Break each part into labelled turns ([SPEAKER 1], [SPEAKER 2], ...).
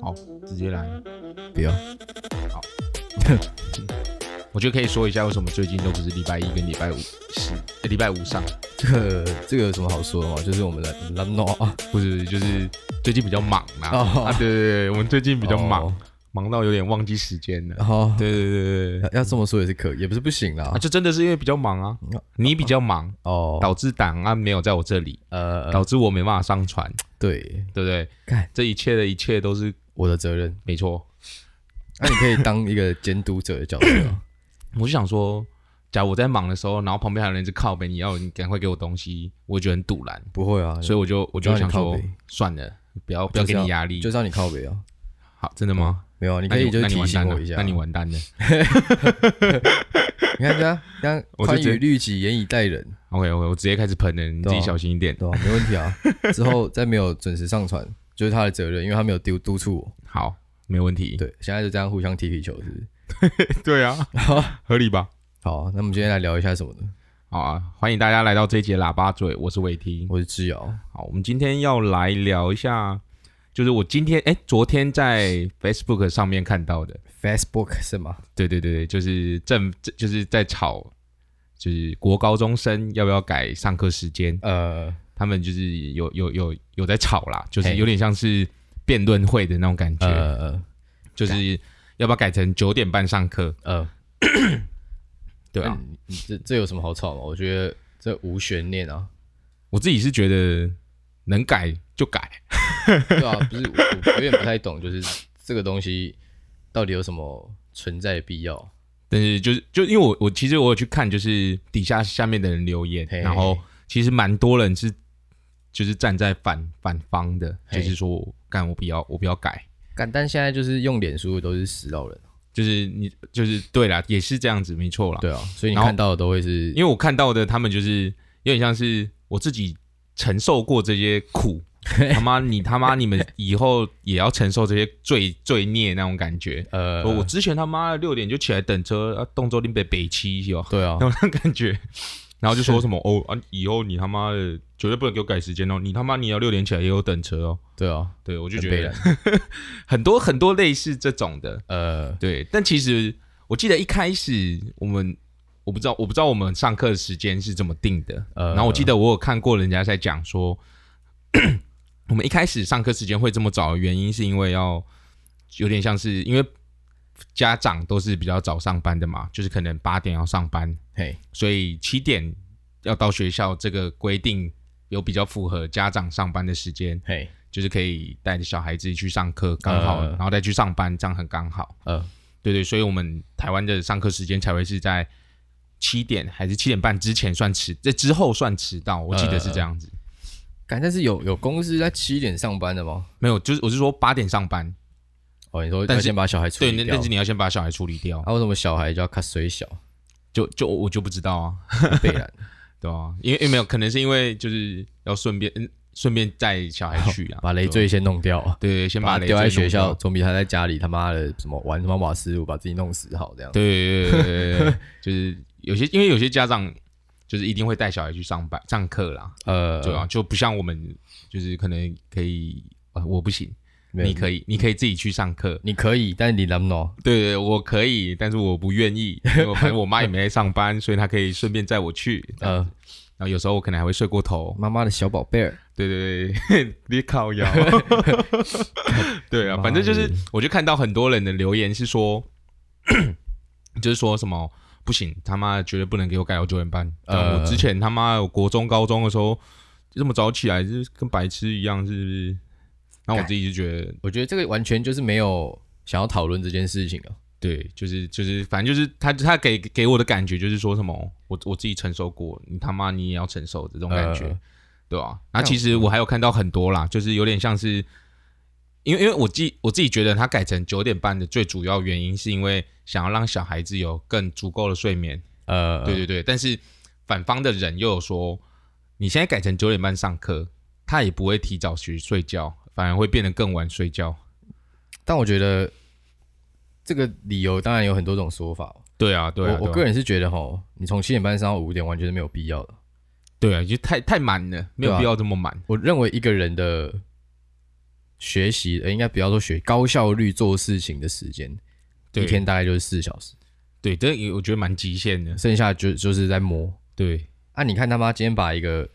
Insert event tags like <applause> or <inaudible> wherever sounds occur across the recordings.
[SPEAKER 1] 好，直接来。
[SPEAKER 2] 不要， <laughs>
[SPEAKER 1] 我觉得可以说一下为什么最近都不是礼拜一跟礼拜五是礼拜五上，
[SPEAKER 2] 这个这个有什么好说的吗？就是我们的 l a 啊，
[SPEAKER 1] 不是就是最近比较忙啦、啊。
[SPEAKER 2] 哦
[SPEAKER 1] 对对对，我们最近比较忙，
[SPEAKER 2] 哦
[SPEAKER 1] 忙到有点忘记时间了。
[SPEAKER 2] 然后
[SPEAKER 1] 对对对对对，
[SPEAKER 2] 要要这么说也是可以，也不是不行啦
[SPEAKER 1] 啊，。就真的是因为比较忙啊，
[SPEAKER 2] 嗯
[SPEAKER 1] 你比较忙，
[SPEAKER 2] 哦，
[SPEAKER 1] 导致档案没有在我这里，
[SPEAKER 2] 呃，
[SPEAKER 1] 导致我没办法上传，
[SPEAKER 2] 对，
[SPEAKER 1] 对不对？
[SPEAKER 2] 干
[SPEAKER 1] 这一切的一切都是
[SPEAKER 2] 我的
[SPEAKER 1] <laughs>
[SPEAKER 2] 责任。
[SPEAKER 1] 没错。
[SPEAKER 2] 那你可以当一个监督者的角色
[SPEAKER 1] <laughs>
[SPEAKER 2] 啊。
[SPEAKER 1] 我就想说，假如我在忙的时候，然后旁边还有人一直靠背，你要你赶快给我东西，我觉得很堵然，
[SPEAKER 2] 不会啊，
[SPEAKER 1] 所以我就我就
[SPEAKER 2] 让你
[SPEAKER 1] 想
[SPEAKER 2] 靠
[SPEAKER 1] 说
[SPEAKER 2] 北，
[SPEAKER 1] 算了，不要不要给你压力
[SPEAKER 2] 就。是让你靠北啊。
[SPEAKER 1] 好，真的吗？
[SPEAKER 2] 没有啊，你
[SPEAKER 1] 你
[SPEAKER 2] 可以就
[SPEAKER 1] 那你
[SPEAKER 2] 是提
[SPEAKER 1] 完
[SPEAKER 2] 醒
[SPEAKER 1] 蛋了
[SPEAKER 2] 我一下啊。
[SPEAKER 1] 那你完蛋了。
[SPEAKER 2] 你看这样，这样
[SPEAKER 1] <laughs> 我就
[SPEAKER 2] 宽
[SPEAKER 1] 直
[SPEAKER 2] 以
[SPEAKER 1] 接
[SPEAKER 2] 律己，严以待人，
[SPEAKER 1] OK OK，我直接开始喷了，你自己
[SPEAKER 2] 对啊
[SPEAKER 1] 小心一点。
[SPEAKER 2] 对吧、没问题啊。
[SPEAKER 1] <laughs>
[SPEAKER 2] 之后再没有准时上传，就是他的责任，因为他没有丢督促我。
[SPEAKER 1] 好，没问题。
[SPEAKER 2] 对，现在就这样互相踢皮球，是不
[SPEAKER 1] <laughs>
[SPEAKER 2] 是？
[SPEAKER 1] 对啊，合理吧？
[SPEAKER 2] 好啊，那我们今天来聊一下什么呢？
[SPEAKER 1] 好啊，欢迎大家来到这一节喇叭嘴，我是伟霆。
[SPEAKER 2] 我是志尧，
[SPEAKER 1] 好，我们今天要来聊一下，就是我今天哎、昨天在 Facebook 上面看到的，
[SPEAKER 2] Facebook 是吗？
[SPEAKER 1] 对对对对，就是正就是在吵，就是国高中生要不要改上课时间，
[SPEAKER 2] 呃，
[SPEAKER 1] 他们就是有有有有在吵啦，就是
[SPEAKER 2] 嘿
[SPEAKER 1] 有点像是辩论会的那种感觉，
[SPEAKER 2] 呃
[SPEAKER 1] 就是要不要改成九点半上课？
[SPEAKER 2] <coughs> 呃，
[SPEAKER 1] 对啊，
[SPEAKER 2] 嗯你这这有什么好吵吗？我觉得这无悬念啊，
[SPEAKER 1] 我自己是觉得能改就改，
[SPEAKER 2] 对啊，不是我我有点不太懂，就是这个东西到底有什么存在的必要？
[SPEAKER 1] 但是就是就因为我我其实我有去看，就是底下下面的人留言，
[SPEAKER 2] 嘿
[SPEAKER 1] 然后其实蛮多人是就是站在反反方的，就
[SPEAKER 2] 嘿
[SPEAKER 1] 是说干我不要我不要改，
[SPEAKER 2] 干，但现在就是用脸书的都是死老人，
[SPEAKER 1] 就是你就是对啦，也是这样子没错啦。
[SPEAKER 2] 对啊，所以你
[SPEAKER 1] 然后
[SPEAKER 2] 看到的都会是
[SPEAKER 1] 因为我看到的他们就是有点像是我自己承受过这些
[SPEAKER 2] <laughs>
[SPEAKER 1] 苦，他妈你他妈你们以后也要承受这些罪罪孽那种感觉。
[SPEAKER 2] 呃，
[SPEAKER 1] 我之前他妈的六点就起来等车，啊、动作林北北七哟，
[SPEAKER 2] 对啊，
[SPEAKER 1] 那种 <laughs> 感觉。然后就说什
[SPEAKER 2] <laughs>
[SPEAKER 1] 么哦啊，以后你他妈的绝对不能给我改时间哦，你他妈你要六点起来也有等车哦。
[SPEAKER 2] 对啊，
[SPEAKER 1] 对，我就
[SPEAKER 2] 很
[SPEAKER 1] 觉
[SPEAKER 2] 悲
[SPEAKER 1] 得
[SPEAKER 2] 然 <laughs>
[SPEAKER 1] 很多很多类似这种的，
[SPEAKER 2] 呃，
[SPEAKER 1] 对。但其实我记得一开始我们我不知道我不知道我们上课的时间是怎么定的，
[SPEAKER 2] 呃
[SPEAKER 1] 然后我记得我有看过人家在讲说， <clears throat> 我们一开始上课时间会这么早的原因是因为要有点像是因为家长都是比较早上班的嘛，就是可能八点要上班，
[SPEAKER 2] 嘿，
[SPEAKER 1] 所以七点要到学校这个规定有比较符合家长上班的时间，
[SPEAKER 2] 嘿，
[SPEAKER 1] 就是可以带着小孩子去上课，刚好，
[SPEAKER 2] 呃
[SPEAKER 1] 然后再去上班，这样很刚好。
[SPEAKER 2] 呃，
[SPEAKER 1] 对对，所以我们台湾的上课时间才会是在七点还是七点半之前算迟，这之后算迟到，我记得是这样子。
[SPEAKER 2] 干，但是有有公司在七点上班的吗？
[SPEAKER 1] 没有，就是我是说八点上班，
[SPEAKER 2] 哦，你说
[SPEAKER 1] 但
[SPEAKER 2] 要
[SPEAKER 1] 是
[SPEAKER 2] 先把小孩处
[SPEAKER 1] 对，
[SPEAKER 2] 理
[SPEAKER 1] 那
[SPEAKER 2] 掉
[SPEAKER 1] 但是，你要先把小孩处理掉，
[SPEAKER 2] 啊，为什么小孩就要看水小？
[SPEAKER 1] 就就我就不知道啊，
[SPEAKER 2] 北 <laughs> 然，
[SPEAKER 1] 对啊，因为因为没有，可能是因为就是要顺便嗯顺便带小孩去啊，
[SPEAKER 2] 把累赘先弄掉，
[SPEAKER 1] 对对，先把
[SPEAKER 2] 把
[SPEAKER 1] 累
[SPEAKER 2] 他
[SPEAKER 1] 赘
[SPEAKER 2] 丢在
[SPEAKER 1] 弄
[SPEAKER 2] 学
[SPEAKER 1] 掉
[SPEAKER 2] 校，总比他在家里他妈的什么玩他妈瓦斯炉把自己弄死好这样。
[SPEAKER 1] 对对对对对对，就是有些因为有些家长就是一定会带小孩去上班上课啦，
[SPEAKER 2] 呃，
[SPEAKER 1] 对啊，就不像我们就是可能可以，呃、我不行，
[SPEAKER 2] 没有，
[SPEAKER 1] 你可以你可以自己去上课，
[SPEAKER 2] 你可以，但是你能不能？
[SPEAKER 1] 对对，我可以，但是我不愿 <laughs> 意，因为我反正我妈也没在上班，所以她可以顺便载我去， <laughs> 呃，
[SPEAKER 2] 呃，
[SPEAKER 1] 然后有时候我可能还会睡过头，
[SPEAKER 2] 妈妈的小宝贝儿，
[SPEAKER 1] 对对对，你靠 <laughs> 腰。对啊，反正就是，我就看到很多人的留言是说， <clears throat> 就是说什么不行，他妈绝对不能给我改到九点半。呃，
[SPEAKER 2] 呃
[SPEAKER 1] 我之前他妈我国中、高中的时候这么早起来，就是跟白痴一样，是不是？然后我自己就觉得，
[SPEAKER 2] 我觉得这个完全就是没有想要讨论这件事情啊。
[SPEAKER 1] 对，就是就是，反正就是他他给给我的感觉就是说什么，我我自己承受过，你他妈你也要承受这种感觉。
[SPEAKER 2] 呃
[SPEAKER 1] 对啊，那其实我还有看到很多啦，就是有点像是，因为因为我记我自己觉得它改成九点半的最主要原因，是因为想要让小孩子有更足够的睡眠。
[SPEAKER 2] 呃，
[SPEAKER 1] 对对对，但是反方的人又有说，你现在改成九点半上课，他也不会提早去睡觉，反而会变得更晚睡觉。
[SPEAKER 2] 但我觉得这个理由当然有很多种说法哦。
[SPEAKER 1] 对啊，对啊，
[SPEAKER 2] 我
[SPEAKER 1] 对
[SPEAKER 2] 我
[SPEAKER 1] 啊
[SPEAKER 2] 个人是觉得吼，你从七点半上到五点完全是没有必要的。
[SPEAKER 1] 对啊，就太太满了，没有
[SPEAKER 2] 对啊
[SPEAKER 1] 必要这么满。
[SPEAKER 2] 我认为一个人的学习，呃，应该不要说学高效率做事情的时间，
[SPEAKER 1] 对
[SPEAKER 2] 一天大概就是四小时，
[SPEAKER 1] 对，这也我觉得蛮极限的。
[SPEAKER 2] 剩下就就是在摸。
[SPEAKER 1] 对，
[SPEAKER 2] 啊，你看他妈今天把一个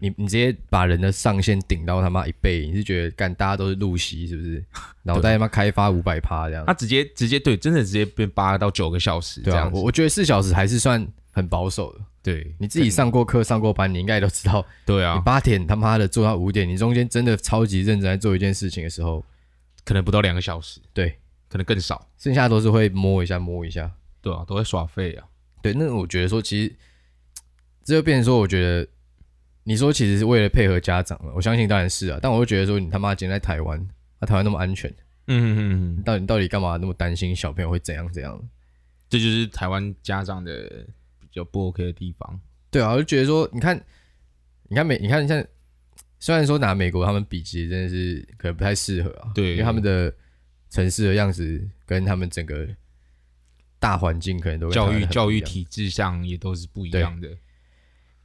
[SPEAKER 2] 你你直接把人的上限顶到他妈一倍，你是觉得干大家都是露西是不是？脑袋他妈开发五百趴这样
[SPEAKER 1] 他？直接直接对，真的直接变八到九个小时这
[SPEAKER 2] 对啊
[SPEAKER 1] 样，子。
[SPEAKER 2] 我我觉得四小时还是算很保守的。
[SPEAKER 1] 对
[SPEAKER 2] 你自己上过课、上过班，你应该都
[SPEAKER 1] <laughs>
[SPEAKER 2] 知道，
[SPEAKER 1] 对
[SPEAKER 2] 你
[SPEAKER 1] 啊，
[SPEAKER 2] 八点他妈的做到五点，你中间真的超级认真在做一件事情的时候，
[SPEAKER 1] 可能不到两个小时，
[SPEAKER 2] 对，
[SPEAKER 1] 可能更少。
[SPEAKER 2] 剩下都是会摸一下摸一下。
[SPEAKER 1] 对啊，都会耍废啊。
[SPEAKER 2] 对，那我觉得说，其实这就变成说，我觉得你说其实是为了配合家长了，我相信当然是啊，但我就觉得说，你他妈今天在台湾，啊，台湾那么安全，
[SPEAKER 1] 嗯嗯嗯
[SPEAKER 2] 你
[SPEAKER 1] 嗯，
[SPEAKER 2] 到底你到底干嘛那么担心小朋友会怎样怎样？
[SPEAKER 1] 这就是台湾家长的比较不 OK 的地方。
[SPEAKER 2] 对啊，我就觉得说，你看，你看美，你看像，虽然说拿美国他们比，其实真的是可能不太适合啊，
[SPEAKER 1] 对
[SPEAKER 2] 因为他们的城市的样子跟他们整个大环境可能都跟台
[SPEAKER 1] 教
[SPEAKER 2] 湾
[SPEAKER 1] 育
[SPEAKER 2] 很不
[SPEAKER 1] 教
[SPEAKER 2] 一
[SPEAKER 1] 育
[SPEAKER 2] 样
[SPEAKER 1] 体制上也都是不一样的。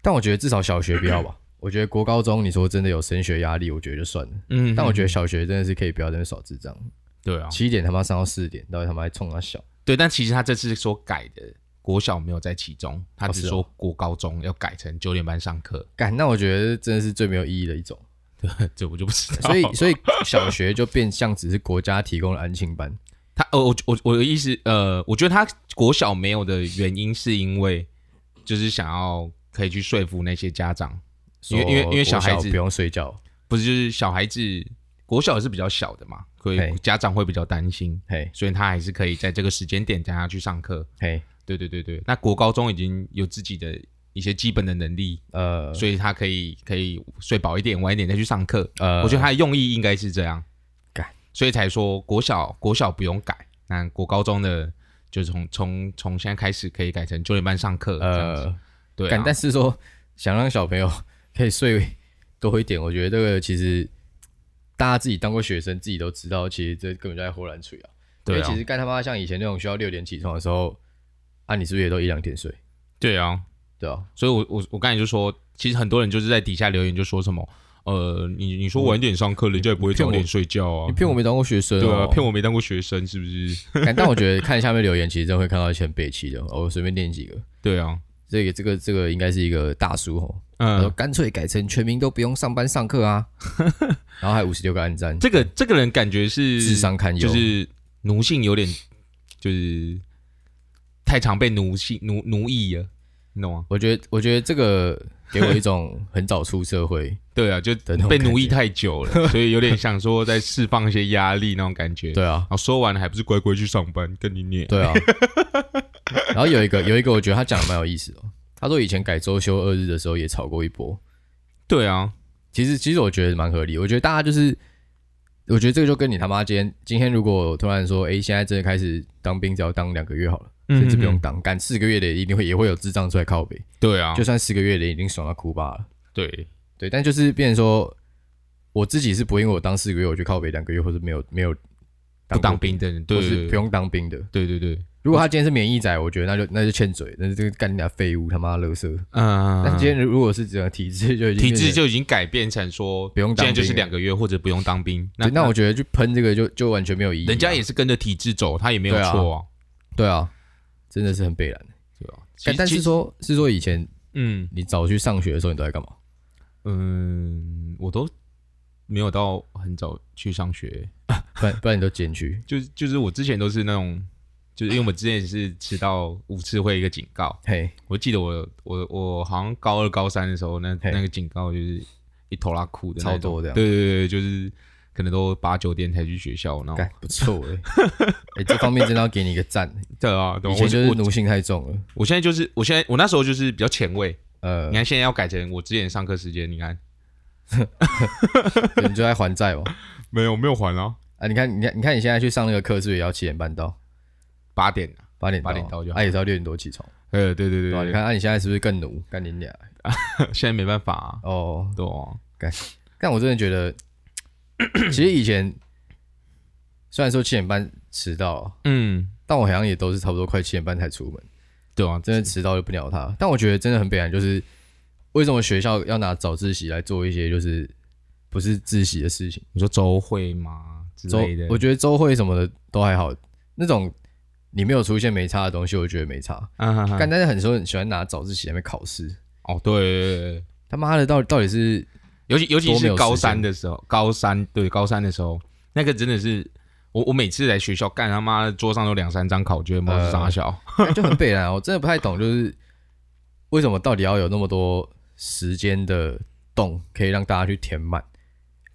[SPEAKER 2] 但我觉得至少小学不要吧。我觉得国高中你说真的有升学压力，我觉得就算了。
[SPEAKER 1] 嗯，
[SPEAKER 2] 但我觉
[SPEAKER 1] 得
[SPEAKER 2] 得小学真的是可以不要在那边耍智障，
[SPEAKER 1] 对啊，
[SPEAKER 2] 七点他妈上到四点，到底他妈还冲他笑。
[SPEAKER 1] 对，但其实他这次所改的国小没有在其中，他只
[SPEAKER 2] 是哦
[SPEAKER 1] 说国高中要改成九点半上课， <laughs>
[SPEAKER 2] 干，那我觉得真的是最没有意义的一种。
[SPEAKER 1] 这我就不知道。
[SPEAKER 2] 所以，所以小学就变相只是国家提供了安亲班。
[SPEAKER 1] 他呃，我我我的意思呃，我觉得他国小没有的原因是因为就是想要可以去说服那些家长，因为因为
[SPEAKER 2] 说
[SPEAKER 1] 因为小
[SPEAKER 2] 国
[SPEAKER 1] 孩子
[SPEAKER 2] 不用睡觉，
[SPEAKER 1] 不是就是小孩子国小是比较小的嘛，所以
[SPEAKER 2] 嘿
[SPEAKER 1] 家长会比较担心，
[SPEAKER 2] 嘿，
[SPEAKER 1] 所以他还是可以在这个时间点带他去上课。
[SPEAKER 2] 嘿，
[SPEAKER 1] 对对对对，那国高中已经有自己的一些基本的能力，
[SPEAKER 2] 呃，
[SPEAKER 1] 所以他可以可以睡饱一点，晚一点再去上课。
[SPEAKER 2] 呃，
[SPEAKER 1] 我觉得他的用意应该是这样，
[SPEAKER 2] 干，
[SPEAKER 1] 所以才说国小国小不用改，那国高中的就从从从现在开始可以改成九点半上课，这样子，
[SPEAKER 2] 呃，
[SPEAKER 1] 对、
[SPEAKER 2] 干
[SPEAKER 1] 啊，，
[SPEAKER 2] 但是说想让小朋友 <laughs> 可以睡多一点，我觉得这个其实大家自己当过学生，自己都知道，其实这根本就在胡乱吹啊。
[SPEAKER 1] 对
[SPEAKER 2] 因为
[SPEAKER 1] 啊
[SPEAKER 2] 其，实干他妈像以前那种需要六点起床的时候，啊，你是不是也都一两点睡？
[SPEAKER 1] 对啊，
[SPEAKER 2] 对啊，
[SPEAKER 1] 所以我我我刚才就说，其实很多人就是在底下留言就说什么，呃，你你说晚点上课，人家也不会
[SPEAKER 2] 骗
[SPEAKER 1] 早
[SPEAKER 2] 我
[SPEAKER 1] 点睡觉啊
[SPEAKER 2] 嗯你，骗我没当过学生、哦，
[SPEAKER 1] 对啊，骗我没当过学生是不是？
[SPEAKER 2] <laughs> 干。但我觉得看下面留言，其实真的会看到一些很北气的。哦我随便念几个，
[SPEAKER 1] 对啊，
[SPEAKER 2] 这个这个这个应该是一个大叔哦，他说
[SPEAKER 1] 嗯，
[SPEAKER 2] 干脆改成全民都不用上班上课
[SPEAKER 1] <laughs>
[SPEAKER 2] 啊，然后还五十六个暗赞，
[SPEAKER 1] 这个这个人感觉是
[SPEAKER 2] 智商堪忧，
[SPEAKER 1] 就是奴性有点，就是太常被奴性奴奴役了，你懂吗？
[SPEAKER 2] 我觉得，我觉得这个给我一种很早出
[SPEAKER 1] <laughs>
[SPEAKER 2] 社会，
[SPEAKER 1] 对啊，就
[SPEAKER 2] 那种
[SPEAKER 1] 被
[SPEAKER 2] 感
[SPEAKER 1] 奴役
[SPEAKER 2] 觉
[SPEAKER 1] 太久
[SPEAKER 2] <laughs>
[SPEAKER 1] 了，所以有点想说在释放一些压力那种感觉。
[SPEAKER 2] 对啊
[SPEAKER 1] 然，后说完了还不是乖乖去上班，跟你念。
[SPEAKER 2] 对啊。然后有一个有一个，我觉得他讲的蛮有意思的哦。他说以前改周休二日的时候也炒过一波，
[SPEAKER 1] 对啊，
[SPEAKER 2] 其实其实我觉得蛮合理。我觉得大家就是，我觉得这个就跟你他妈今天今天如果突然说，哎，现在真的开始当兵，只要当两个月好了，
[SPEAKER 1] 嗯
[SPEAKER 2] 甚至不用
[SPEAKER 1] 打。
[SPEAKER 2] 当，干四个月的一定会也会有智障出来靠北，
[SPEAKER 1] 对啊，
[SPEAKER 2] 嗯就算四个月的已经爽到哭吧了。
[SPEAKER 1] 对
[SPEAKER 2] 对，但就是变成说，我自己是不会因为我当四个月我去靠北两个月，或是没有没有
[SPEAKER 1] 不
[SPEAKER 2] 当
[SPEAKER 1] 当
[SPEAKER 2] 过
[SPEAKER 1] 兵的人，
[SPEAKER 2] 或
[SPEAKER 1] 对
[SPEAKER 2] 是
[SPEAKER 1] 对
[SPEAKER 2] 不用当兵的。
[SPEAKER 1] 对对对，
[SPEAKER 2] 如果他今天是免疫仔，我觉得那就那就欠嘴，那就这个干你俩废物，他妈垃圾。
[SPEAKER 1] 嗯，
[SPEAKER 2] 但今天如果是整个体制，就已经
[SPEAKER 1] 体制
[SPEAKER 2] 变成
[SPEAKER 1] 就已经改变成说
[SPEAKER 2] 不用
[SPEAKER 1] 现
[SPEAKER 2] 当
[SPEAKER 1] 在就是
[SPEAKER 2] 兵
[SPEAKER 1] 两个月或者不用当兵。那
[SPEAKER 2] 对那我觉得去喷这个就就完全没有意义啊。
[SPEAKER 1] 人家也是跟着体制走，他也没有
[SPEAKER 2] 对啊
[SPEAKER 1] 错啊。
[SPEAKER 2] 对啊，真的是很悲然。
[SPEAKER 1] 对啊，其
[SPEAKER 2] 但但
[SPEAKER 1] 其
[SPEAKER 2] 是说是说以前
[SPEAKER 1] 嗯，
[SPEAKER 2] 你早去上学的时候，你都在干嘛？
[SPEAKER 1] 嗯，我都没有到很早去上学，
[SPEAKER 2] 不然 <laughs> 不然你都兼去。
[SPEAKER 1] 就是就是我之前都是那种，就是因为我们之前也是迟到五次会一个警告，
[SPEAKER 2] 嘿，
[SPEAKER 1] 我记得我我我好像高二高三的时候，那
[SPEAKER 2] 嘿
[SPEAKER 1] 那个警告就是一头拉裤的那
[SPEAKER 2] 超
[SPEAKER 1] 种
[SPEAKER 2] 多这样
[SPEAKER 1] 对对对，就是可能都八九点才去学校，然后
[SPEAKER 2] 干不错 <laughs> 哎、哎、这方面真的要给你一个赞。
[SPEAKER 1] 对啊，对
[SPEAKER 2] 以
[SPEAKER 1] 啊
[SPEAKER 2] 前就是
[SPEAKER 1] 我我
[SPEAKER 2] 奴性太重了。
[SPEAKER 1] 我现在就是我现在我那时候就是比较前卫，
[SPEAKER 2] 呃
[SPEAKER 1] <laughs> 你，看现在要改成我之前上课时间，你看
[SPEAKER 2] 你就在还债哦。
[SPEAKER 1] 没有没有还啊，
[SPEAKER 2] 啊，你看，你看，你看，你现在去上那个课，是不是也要七点半到
[SPEAKER 1] 八点啊，
[SPEAKER 2] 八点
[SPEAKER 1] 八点到就好
[SPEAKER 2] 啊，也是要六点多起床，
[SPEAKER 1] 呃对对对
[SPEAKER 2] 对吧、
[SPEAKER 1] 对，
[SPEAKER 2] 你看，啊，你现在是不是更奴？干你俩
[SPEAKER 1] <laughs> 现在没办法啊，
[SPEAKER 2] 哦！
[SPEAKER 1] 对啊。
[SPEAKER 2] 但我真的
[SPEAKER 1] <clears throat>
[SPEAKER 2] 觉得，其实以前虽然说七点半迟到，
[SPEAKER 1] 嗯，
[SPEAKER 2] 但我好像也都是差不多快七点半才出门，
[SPEAKER 1] 对啊，
[SPEAKER 2] 真的迟到就不鸟他。但我觉得真的很悲哀，就是为什么学校要拿早自习来做一些就是不不是自习的事情。
[SPEAKER 1] 你说周会吗之
[SPEAKER 2] 周
[SPEAKER 1] 类的？
[SPEAKER 2] 我觉得周会什么的都还好，那种你没有出现没差的东西，我觉得没差。
[SPEAKER 1] 啊哈哈
[SPEAKER 2] 但但是很多人喜欢拿早自习在那边考试，
[SPEAKER 1] 哦，对对对对，
[SPEAKER 2] 他妈的到到底是
[SPEAKER 1] 尤其尤其
[SPEAKER 2] 多没
[SPEAKER 1] 是
[SPEAKER 2] 有
[SPEAKER 1] 高
[SPEAKER 2] 时间
[SPEAKER 1] 三的时候，高三对高三的时候，那个真的是我我每次来学校干他妈的桌上有两三张考卷，不知道是
[SPEAKER 2] 呃
[SPEAKER 1] 啥小。 <laughs>
[SPEAKER 2] 那就很北然啊，我真的不太懂，就是为什么到底要有那么多时间的洞可以让大家去填满？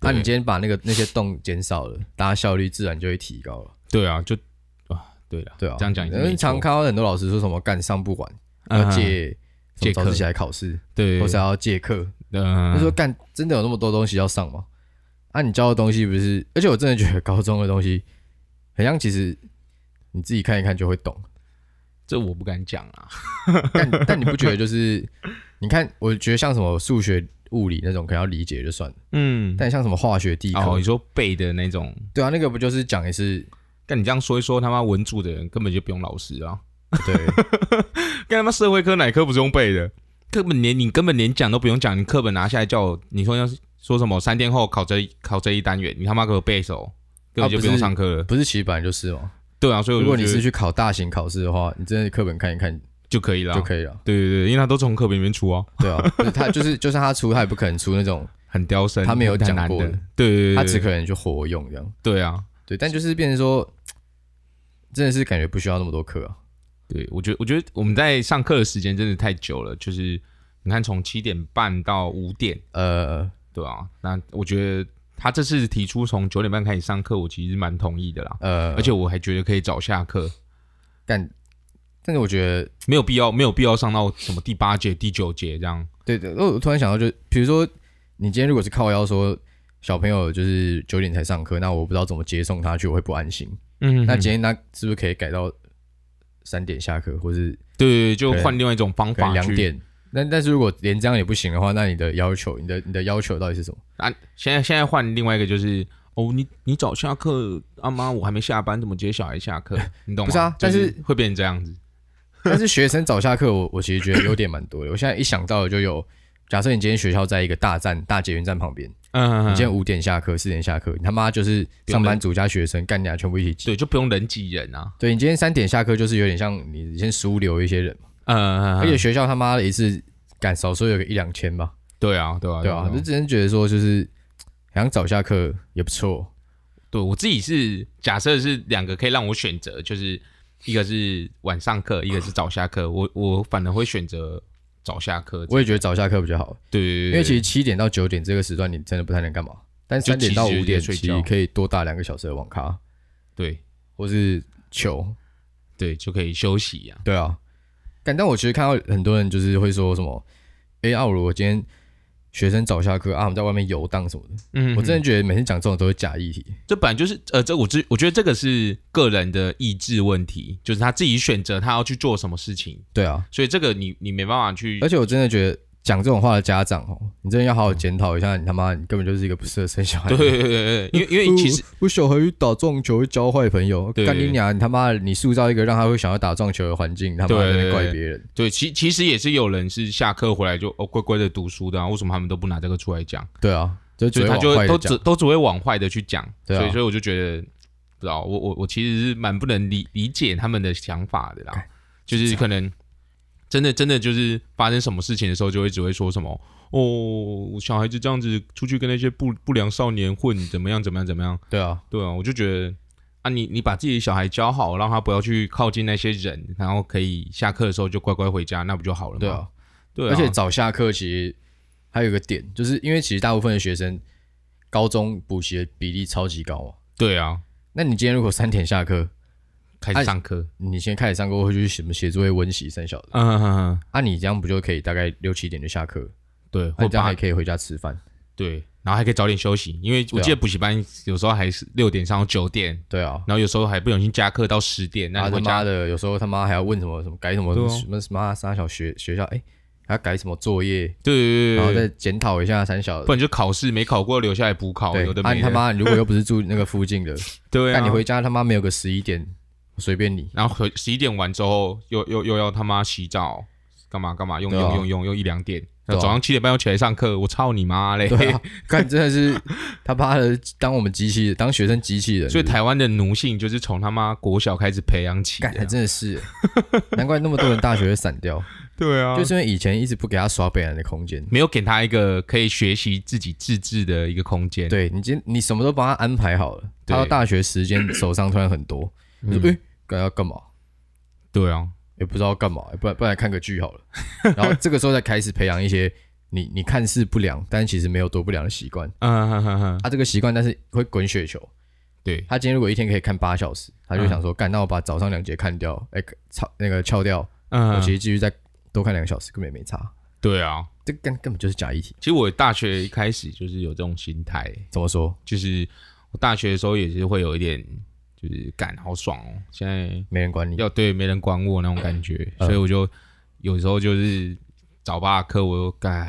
[SPEAKER 2] 那、
[SPEAKER 1] 对
[SPEAKER 2] 你今天把那个那些洞减少了，大家效率自然就会提高了，
[SPEAKER 1] 对啊，就啊，对了，
[SPEAKER 2] 对啊，
[SPEAKER 1] 这样讲也是
[SPEAKER 2] 因为
[SPEAKER 1] 没错
[SPEAKER 2] 常看到很多老师说什么干上不完，
[SPEAKER 1] 嗯
[SPEAKER 2] 要借什
[SPEAKER 1] 借
[SPEAKER 2] 么
[SPEAKER 1] 课
[SPEAKER 2] 早自习来考试，
[SPEAKER 1] 对，
[SPEAKER 2] 或是要借课，
[SPEAKER 1] 嗯
[SPEAKER 2] 就说干真的有那么多东西要上吗？啊，你教的东西不是，而且我真的觉得高中的东西，很像其实你自己看一看就会
[SPEAKER 1] <laughs>
[SPEAKER 2] 懂。
[SPEAKER 1] 这我不敢讲啊。
[SPEAKER 2] 但但你不觉得就是，你看，我觉得像什么数学、物理那种可能要理解就算了，
[SPEAKER 1] 嗯，
[SPEAKER 2] 但像什么化学、地科，
[SPEAKER 1] 哦，你说背的那种，
[SPEAKER 2] 对啊，那个不就是讲
[SPEAKER 1] <laughs>
[SPEAKER 2] 一次，
[SPEAKER 1] 但你这样说一说，他妈文著的人根本就不用老师啊，
[SPEAKER 2] 对，
[SPEAKER 1] 跟他妈社会科哪科不是用背的，根本连你根本连讲都不用讲，你课本拿下来叫我，你说要是说什么三天后考这一考这一单元，你他妈给我背熟，根本就哦
[SPEAKER 2] 啊不
[SPEAKER 1] 不
[SPEAKER 2] 是
[SPEAKER 1] 用上课了。
[SPEAKER 2] 不是其实本来就是嘛。
[SPEAKER 1] 对啊，所以我
[SPEAKER 2] 如果你
[SPEAKER 1] 就觉
[SPEAKER 2] 是
[SPEAKER 1] 得
[SPEAKER 2] 去考大型考试的话，你真的课本看一看
[SPEAKER 1] 就可以了啊，
[SPEAKER 2] 就可以了，
[SPEAKER 1] 对对对，因为他都从课本里面出 <laughs> 啊，
[SPEAKER 2] 对啊，就是他就是就算他出，他也不可能出那种，
[SPEAKER 1] 很刁深，
[SPEAKER 2] 他没有
[SPEAKER 1] 很
[SPEAKER 2] 讲
[SPEAKER 1] 难
[SPEAKER 2] 过
[SPEAKER 1] 的
[SPEAKER 2] 的，
[SPEAKER 1] 对对对，
[SPEAKER 2] 他
[SPEAKER 1] 对
[SPEAKER 2] 只可能就活用这样，
[SPEAKER 1] 对啊，
[SPEAKER 2] 对，但就是变成说，真的是感觉不需要那么多课啊，
[SPEAKER 1] 对我觉得我觉得我们在上课的时间真的太久了，就是你看从七点半到五点，
[SPEAKER 2] 呃，
[SPEAKER 1] 对啊，那我觉得他这次提出从九点半开始上课，我其实蛮同意的啦，
[SPEAKER 2] 呃
[SPEAKER 1] 而且我还觉得可以早下课，
[SPEAKER 2] 干，但是我觉得
[SPEAKER 1] 没有必要没有必要上到什么第八节、第九节这样。
[SPEAKER 2] 对对，我突然想到就，比如说你今天如果是靠腰说小朋友就是九点才上课，那我不知道怎么接送他去，我会不安心。
[SPEAKER 1] 嗯那
[SPEAKER 2] 那今
[SPEAKER 1] 节
[SPEAKER 2] 天那是不是可以改到三点下课，或是
[SPEAKER 1] 对对对，就
[SPEAKER 2] 可能
[SPEAKER 1] 换另外一种方
[SPEAKER 2] 可能
[SPEAKER 1] 法
[SPEAKER 2] 两
[SPEAKER 1] 去。
[SPEAKER 2] 点？但但是如果连这样也不行的话，那你的要求，你的你的要求到底是什么？
[SPEAKER 1] 啊，现在现在换另外一个就是。哦，你你早下课，阿、妈我还没下班，怎么接小孩下 <laughs> 课？你懂吗？
[SPEAKER 2] 不是啊
[SPEAKER 1] 就
[SPEAKER 2] 但
[SPEAKER 1] 会变成这样子。
[SPEAKER 2] 但是学生早下课，我我其实觉得优点蛮多的。我现在一想到就有，假设你今天学校在一个大站大捷运站旁边，
[SPEAKER 1] 嗯，
[SPEAKER 2] 你今天五点下课，四点下课，你他妈就是
[SPEAKER 1] 不用
[SPEAKER 2] 上
[SPEAKER 1] 人
[SPEAKER 2] 班族加学生，干你俩全部一起挤。
[SPEAKER 1] 对，就不用人挤人啊。
[SPEAKER 2] 对你今天三点下课，就是有点像你先疏流一些人嘛，
[SPEAKER 1] 嗯，
[SPEAKER 2] 而且学校他妈的一次赶少说有个一两千吧，
[SPEAKER 1] 对啊，对啊，
[SPEAKER 2] 对啊，就真的觉得说就是好像早下课也不错，
[SPEAKER 1] 对我自己是假设是两个可以让我选择，就是一个是晚上课，一个是早下课。我我反而会选择早下课。
[SPEAKER 2] 我也觉得早下课比较好，
[SPEAKER 1] 对对对，
[SPEAKER 2] 因为其实七点到九点这个时段你真的不太能干嘛，但
[SPEAKER 1] 就
[SPEAKER 2] 三点到
[SPEAKER 1] 其实
[SPEAKER 2] 五点
[SPEAKER 1] 就
[SPEAKER 2] 其
[SPEAKER 1] 是睡觉
[SPEAKER 2] 实可以多打两个小时的网咖
[SPEAKER 1] 对
[SPEAKER 2] 或是球，
[SPEAKER 1] 对就可以休息呀、
[SPEAKER 2] 对啊，但但我其实看到很多人就是会说什么，哎、啊，我如果今天学生早下课啊，我们在外面游荡什么的，
[SPEAKER 1] 嗯
[SPEAKER 2] 我真的觉得每次讲这种都是假议题，
[SPEAKER 1] 这本来就是呃，这我知我觉得这个是个人的意志问题，就是他自己选择他要去做什么事情，
[SPEAKER 2] 对啊。
[SPEAKER 1] 所以这个你你没办法去
[SPEAKER 2] 而且我真的觉得讲这种话的家长哦，你真的要好好检讨一下，你他妈你根本就是一个不适合生小孩
[SPEAKER 1] 嗯
[SPEAKER 2] 的
[SPEAKER 1] 对
[SPEAKER 2] 人。
[SPEAKER 1] 对对对，对因为因为其实
[SPEAKER 2] 我我小孩打撞球会交坏朋友，
[SPEAKER 1] 对
[SPEAKER 2] 干你娘！你他妈的你塑造一个让他会想要打撞球的环境，他妈
[SPEAKER 1] 对
[SPEAKER 2] 在那边怪别人。
[SPEAKER 1] 对其其实也是有人是下课回来就哦乖乖的读书的、啊，为什么他们都不拿这个出来讲？
[SPEAKER 2] 对啊，就
[SPEAKER 1] 就是
[SPEAKER 2] 只
[SPEAKER 1] 他
[SPEAKER 2] 往
[SPEAKER 1] 就
[SPEAKER 2] 坏
[SPEAKER 1] 会
[SPEAKER 2] 的
[SPEAKER 1] 都
[SPEAKER 2] 讲
[SPEAKER 1] 只。都只会往坏的去讲，
[SPEAKER 2] 对啊
[SPEAKER 1] 所以所以我就觉得，不知道我我我其实是蛮不能理理解他们的想法的
[SPEAKER 2] 哎
[SPEAKER 1] 啦，就是可能真的真的就是发生什么事情的时候，就会只会说什么哦，小孩子这样子出去跟那些不不良少年混，怎么样怎么样怎么样，
[SPEAKER 2] 对啊，
[SPEAKER 1] 对啊，我就觉得啊，你你把自己的小孩教好，让他不要去靠近那些人，然后可以下课的时候就乖乖回家，那不就好了吗？
[SPEAKER 2] 对啊，
[SPEAKER 1] 对啊，
[SPEAKER 2] 而且早下课其实还有一个点，就是因为其实大部分的学生高中补习的比例超级高嘛。
[SPEAKER 1] 对啊，
[SPEAKER 2] 那你今天如果三点下课，
[SPEAKER 1] 开
[SPEAKER 2] 哎
[SPEAKER 1] 始上课，
[SPEAKER 2] 你先开始上课会去什么写作业温习三小的，
[SPEAKER 1] 嗯、哼哼
[SPEAKER 2] 啊，你这样不就可以大概六七点就下课了？
[SPEAKER 1] 对，
[SPEAKER 2] 那
[SPEAKER 1] 或
[SPEAKER 2] 你哎这
[SPEAKER 1] 八
[SPEAKER 2] 样还可以回家吃饭。
[SPEAKER 1] 对，然后还可以早点休息，因为我记
[SPEAKER 2] 对啊
[SPEAKER 1] 得补习班有时候还是六点上到九点，
[SPEAKER 2] 对啊，
[SPEAKER 1] 然后有时候还不小心加课到十点，那
[SPEAKER 2] 然后
[SPEAKER 1] 你
[SPEAKER 2] 他
[SPEAKER 1] 回家
[SPEAKER 2] 啊妈的，有时候他妈还要问什么什么改什么
[SPEAKER 1] 对啊
[SPEAKER 2] 什么什么三小学学校，哎、还要改什么作业，
[SPEAKER 1] 对对
[SPEAKER 2] 然后
[SPEAKER 1] 对对
[SPEAKER 2] 再检讨一下三小
[SPEAKER 1] 不。然就考试没考过留下来补考，
[SPEAKER 2] 对
[SPEAKER 1] 有的，
[SPEAKER 2] 啊
[SPEAKER 1] 没
[SPEAKER 2] 你
[SPEAKER 1] 的
[SPEAKER 2] 他妈，如果又不是住那个附近的，
[SPEAKER 1] <laughs> 对啊，
[SPEAKER 2] 但你回家他妈没有个十一点，随便你。
[SPEAKER 1] 然后回十一点完之后又又又要他妈洗澡，干嘛干嘛用
[SPEAKER 2] 对啊
[SPEAKER 1] 用用用用一两点，那
[SPEAKER 2] 对啊
[SPEAKER 1] 早上七点半要起来上课，我操你妈嘞！
[SPEAKER 2] <laughs> 对啊，看真的是他妈的当我们机器当学生机器人，
[SPEAKER 1] <laughs> 所以
[SPEAKER 2] 台
[SPEAKER 1] 台湾的奴性就是从他妈国小开始培养起啊
[SPEAKER 2] 干还
[SPEAKER 1] 的。
[SPEAKER 2] 真的是，难怪那么多人大学会散掉，
[SPEAKER 1] 对 <laughs> 啊，
[SPEAKER 2] 就是因为以前一直不给他刷北南的空间。
[SPEAKER 1] 没有给他一个可以学习自己自制的一个空间。，
[SPEAKER 2] 对你今你什么都帮他安排好了，
[SPEAKER 1] 对嗯
[SPEAKER 2] 他到大学时间手上突然很多，你说哎，该要干嘛？
[SPEAKER 1] 对啊，
[SPEAKER 2] 也不知道要干嘛，不然不然看个剧好了。然后这个时候再开始培养一些你你看似不良，但其实没有多不良的习惯。
[SPEAKER 1] 嗯哼哼哼，
[SPEAKER 2] 他、这个习惯，但是会滚雪球。
[SPEAKER 1] 对，
[SPEAKER 2] 他今天如果一天可以看八小时，他
[SPEAKER 1] 嗯
[SPEAKER 2] 就想说，干、那我把早上两节看掉，哎、操那个翘掉，我
[SPEAKER 1] 嗯
[SPEAKER 2] 其，实继续再多看两个小时，根本也没差。
[SPEAKER 1] 对啊。
[SPEAKER 2] 这根根本就是假议题。
[SPEAKER 1] 其实我大学一开始就是有这种心态，
[SPEAKER 2] 怎么说？
[SPEAKER 1] 就是我大学的时候也是会有一点，就是感好爽哦，现在
[SPEAKER 2] 没人管你。
[SPEAKER 1] 要对没人管我那种感觉，所以我就有时候就是早八的课我就干，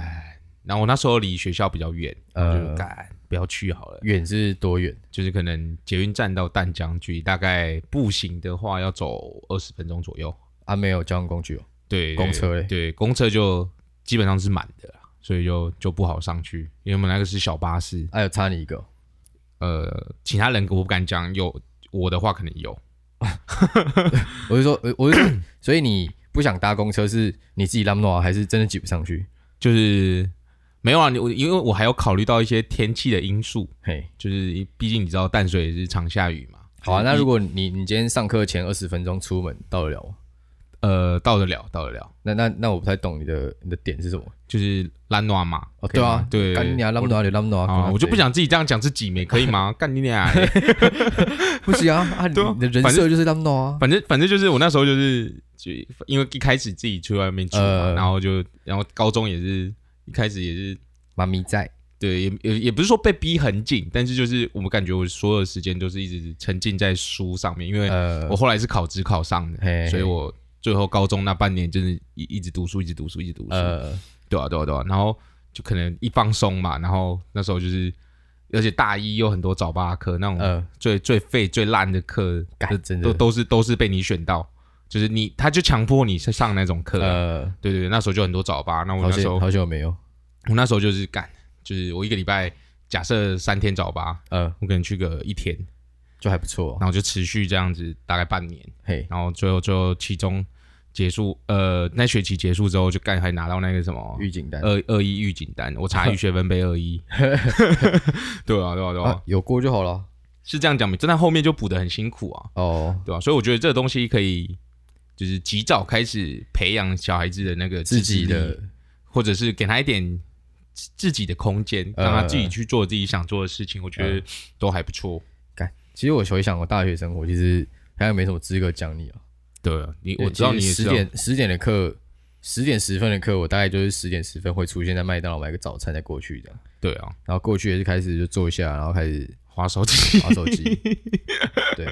[SPEAKER 1] 然后我那时候离学校比较远，我就
[SPEAKER 2] 呃
[SPEAKER 1] 干不要去好了，
[SPEAKER 2] 远是多远？
[SPEAKER 1] 就是可能捷运站到淡江距离大概步行的话要走二十分钟左右，
[SPEAKER 2] 啊，没有交通工具哦。
[SPEAKER 1] 对，
[SPEAKER 2] 公车嘞
[SPEAKER 1] 对，公车就基本上是满的啦，所以就就不好上去，因为我们那个是小巴士，
[SPEAKER 2] 还、有差你一个哦，
[SPEAKER 1] 呃，其他人我不敢讲，有我的话可能有，
[SPEAKER 2] 我是说，呃我是
[SPEAKER 1] <coughs>
[SPEAKER 2] 说，所以你不想搭公车，是你自己拉不弄啊，还是真的挤不上去？
[SPEAKER 1] 就是没有啊，你我因为我还有考虑到一些天气的因素，
[SPEAKER 2] 嘿，
[SPEAKER 1] 就是毕竟你知道淡水也是常下雨嘛，
[SPEAKER 2] 好啊。那如
[SPEAKER 1] 果
[SPEAKER 2] 果你你今天上课前二十分钟出门到得了吗，
[SPEAKER 1] 呃到得了到得了，
[SPEAKER 2] 那那那我不太懂你的你的点是什么？
[SPEAKER 1] 就是烂暖嘛，
[SPEAKER 2] 哦，
[SPEAKER 1] 可以
[SPEAKER 2] 对
[SPEAKER 1] 吗
[SPEAKER 2] 啊，
[SPEAKER 1] 对，
[SPEAKER 2] 干你啊，拉不弄啊，你拉不弄
[SPEAKER 1] 啊
[SPEAKER 2] 啊，，
[SPEAKER 1] 我就不想自己这样讲自己没可以吗？
[SPEAKER 2] <laughs>
[SPEAKER 1] 干你俩嘞！
[SPEAKER 2] 不行
[SPEAKER 1] <laughs>
[SPEAKER 2] 啊，啊，你
[SPEAKER 1] 对啊
[SPEAKER 2] 你的人
[SPEAKER 1] 反正
[SPEAKER 2] 设就是那么弄啊。
[SPEAKER 1] 反正反正就是我那时候就是就因为一开始自己去外面住嘛，
[SPEAKER 2] 呃
[SPEAKER 1] 然后就然后高中也是一开始也是
[SPEAKER 2] 妈咪在，
[SPEAKER 1] 对也也也不是说被逼很紧，但是就是我们感觉我所有的时间都是一直沉浸在书上面，因为
[SPEAKER 2] 呃
[SPEAKER 1] 我，后来是考职考上的，
[SPEAKER 2] 嘿嘿
[SPEAKER 1] 所以我最后高中那半年就是一一直读书，一直读书，一直读书，
[SPEAKER 2] 呃，
[SPEAKER 1] 对啊对啊对啊，然后就可能一放松嘛，然后那时候就是。而且大一有很多早八课那种
[SPEAKER 2] 呃，
[SPEAKER 1] 最最废最烂的课，
[SPEAKER 2] 干真的
[SPEAKER 1] 嗯都都是都是被你选到，就是你他就强迫你上那种课、啊
[SPEAKER 2] 呃，
[SPEAKER 1] 对对对，那时候就很多早八，那我
[SPEAKER 2] 好
[SPEAKER 1] 那时候
[SPEAKER 2] 久好久没有，
[SPEAKER 1] 我那时候就是干，就是我一个礼拜假设三天早八，
[SPEAKER 2] 呃，
[SPEAKER 1] 我可能去个一天，
[SPEAKER 2] 就还不错
[SPEAKER 1] 然后
[SPEAKER 2] 哦。
[SPEAKER 1] 就持续这样子大概半年，
[SPEAKER 2] 嘿，
[SPEAKER 1] 然后最后最后期中结束，呃，那学期结束之后就干还拿到那个什么
[SPEAKER 2] 预警单
[SPEAKER 1] 二二一预警单，我查预学分被二
[SPEAKER 2] <laughs>
[SPEAKER 1] 一， <laughs> 对啊对啊对啊，
[SPEAKER 2] 啊，有过就好了。
[SPEAKER 1] 是这样讲没？但后面就补的很辛苦啊。
[SPEAKER 2] 哦，
[SPEAKER 1] 对吧、所以我觉得这个东西可以，就是及早开始培养小孩子的那个制
[SPEAKER 2] 自己
[SPEAKER 1] 力
[SPEAKER 2] 的，
[SPEAKER 1] 或者是给他一点自自己的空间，
[SPEAKER 2] 呃
[SPEAKER 1] 让他自己去做自己想做的事情，我觉得都还不错。
[SPEAKER 2] 其实我回想我大学生活，其实好像没什么资格讲你啊。
[SPEAKER 1] 对啊，你我知道你也
[SPEAKER 2] 十
[SPEAKER 1] 是啊
[SPEAKER 2] 点十点的课，十点十分的课，我大概就是十点十分会出现在麦当劳买个早餐再过去这样，
[SPEAKER 1] 对啊，
[SPEAKER 2] 然后过去也是开始就坐下，然后开始
[SPEAKER 1] 划手机，
[SPEAKER 2] 划手
[SPEAKER 1] <laughs>
[SPEAKER 2] 机， <laughs> 对，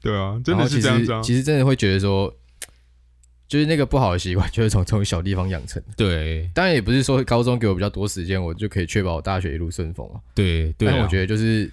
[SPEAKER 1] 对啊，
[SPEAKER 2] 然后其实
[SPEAKER 1] 其实
[SPEAKER 2] 其实真的会觉得说，就是那个不好的习惯，就是从从小地方养成。
[SPEAKER 1] 对
[SPEAKER 2] 当然也不是说高中给我比较多时间，我就可以确保我大学一路顺风啊。
[SPEAKER 1] 对对啊，
[SPEAKER 2] 但我觉得就是，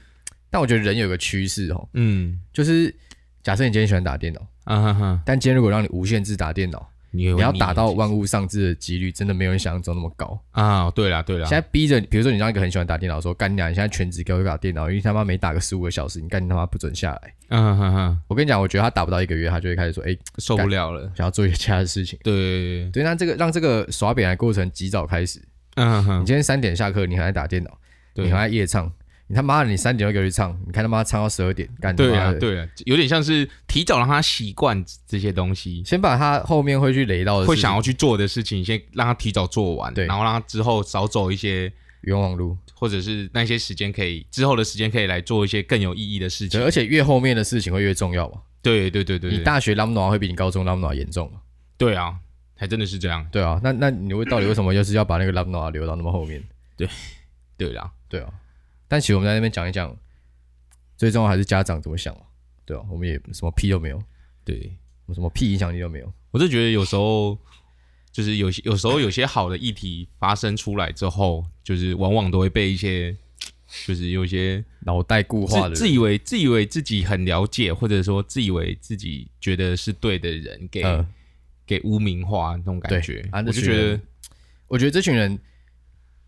[SPEAKER 2] 但我觉得人有个趋势哦，
[SPEAKER 1] 嗯
[SPEAKER 2] 就是假设你今天喜欢打电脑，
[SPEAKER 1] 啊哈哈，
[SPEAKER 2] 但今天如果让你无限制打电脑，
[SPEAKER 1] 你也会
[SPEAKER 2] 你要
[SPEAKER 1] 腻
[SPEAKER 2] 打到万物丧志的几率，真的没有你想象中那么高。
[SPEAKER 1] 啊，对啦对啦
[SPEAKER 2] 现，在逼着你，比如说你让一个很喜欢打电脑说干你娘，你现在全职给我打电脑，因为他妈每打个十五个小时，你干你他妈不准下来。
[SPEAKER 1] 啊哈哈，
[SPEAKER 2] 我跟你讲，我觉得他打不到一个月，他就会开始说，哎、
[SPEAKER 1] 受不了了，
[SPEAKER 2] 想要做一些其他的事情。
[SPEAKER 1] 对，
[SPEAKER 2] 对，那这个让这个耍北来过程及早开始。
[SPEAKER 1] 嗯
[SPEAKER 2] 你
[SPEAKER 1] 哼，
[SPEAKER 2] 今天三点下课，你还在打电脑，
[SPEAKER 1] 对
[SPEAKER 2] 你还在夜唱，你他妈的你三点就给我去唱，你看他妈唱到十二点，干他
[SPEAKER 1] 对
[SPEAKER 2] 妈
[SPEAKER 1] 啊
[SPEAKER 2] 的！
[SPEAKER 1] 对啊，有点像是提早让他习惯这些东西，
[SPEAKER 2] 先把他后面会去雷到的事
[SPEAKER 1] 会
[SPEAKER 2] 情
[SPEAKER 1] 想要去做的事情，先让他提早做完，
[SPEAKER 2] 对
[SPEAKER 1] 然后让他之后少走一些，
[SPEAKER 2] 冤枉路，
[SPEAKER 1] 或者是那些时间可以之后的时间可以来做一些更有意义的事情
[SPEAKER 2] 对，。而且越后面的事情会越重要嘛。
[SPEAKER 1] 对对对对
[SPEAKER 2] 你
[SPEAKER 1] 对，
[SPEAKER 2] 大学拉姆诺会比你高中拉姆诺严重嘛？
[SPEAKER 1] 对啊，还真的是这样。
[SPEAKER 2] 对啊，那那你会到底为什么又是要把那个拉姆诺留到那么后面？
[SPEAKER 1] 对啦，
[SPEAKER 2] 对啊，但其实我们在那边讲一讲，最重要还是家长怎么想嘛。对啊，我们也什么屁都没有，
[SPEAKER 1] 对
[SPEAKER 2] 我什么屁影响力都没有。
[SPEAKER 1] 我就觉得有时候就是有些有时候有些好的议题发生出来之后，就是往往都会被一些就是有一些
[SPEAKER 2] 脑袋固化的
[SPEAKER 1] 自自
[SPEAKER 2] 人
[SPEAKER 1] 以为自以为自己很了解，或者说自以为自己觉得是对的人给
[SPEAKER 2] 嗯
[SPEAKER 1] 给污名化那种感
[SPEAKER 2] 对
[SPEAKER 1] 觉，
[SPEAKER 2] 啊那
[SPEAKER 1] 我就
[SPEAKER 2] 群
[SPEAKER 1] 觉
[SPEAKER 2] 人
[SPEAKER 1] 得。
[SPEAKER 2] 我觉得这群人